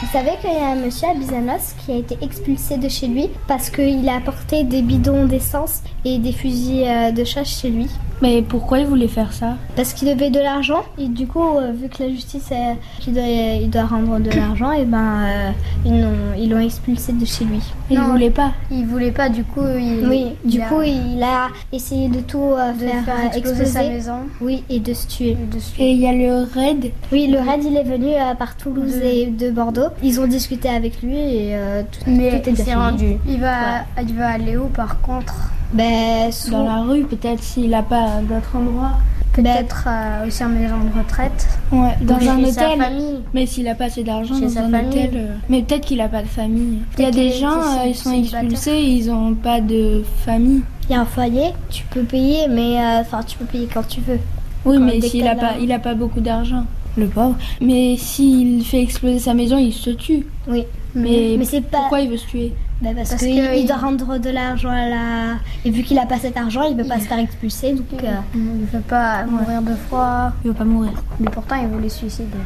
Vous savez qu'il y a un monsieur à Bizanos qui a été expulsé de chez lui parce qu'il a apporté des bidons d'essence et des fusils euh, de chasse chez lui. Mais pourquoi il voulait faire ça Parce qu'il devait de l'argent et du coup, euh, vu que la justice euh, qu'il doit, il doit rendre de l'argent, et ben euh, ils l'ont- ils l'ont expulsé de chez lui. Il Non. voulait pas. Il voulait pas, du coup, il, Oui, il du a- coup, il a essayé de tout euh, de faire, faire, euh, exploser, sa maison. Oui, et de se tuer. Et de se- Et il y a le raid. Oui, le raid, il est venu euh, par Toulouse De- et de Bordeaux. Ils ont discuté avec lui et euh, tout, Mais tout est fini. Il va, il va aller où par contre Ben, sous- ben, Dans la rue, peut-être s'il a pas d'autre endroit. Peut-être euh, aussi en maison de retraite. Ouais, dans Ou un chez sa hôtel. famille. Mais s'il a pas assez d'argent Chez dans sa un famille. hôtel. euh, Mais peut-être qu'il a pas de famille. Il y a Peut-être des qu'il est gens, euh, ils célib- sont célibataire. expulsés, ils ont pas de famille. il y a un foyer, tu peux payer, mais euh, enfin, tu peux payer quand tu veux. Oui, Quand- mais dès que s'il t'as a de pas, l'argent. il a pas beaucoup d'argent. Le pauvre. Mais s'il fait exploser sa maison, il se tue. Oui. Mais, Mais c'est pas- pourquoi il veut se tuer Ben, parce, Parce qu'il que il il- doit rendre de l'argent à la. Et vu qu'il a pas cet argent, il peut pas se faire Mm. expulser. Donc, euh, Il veut pas mourir de froid. Il veut pas mourir. Mais pourtant, il voulait se suicider.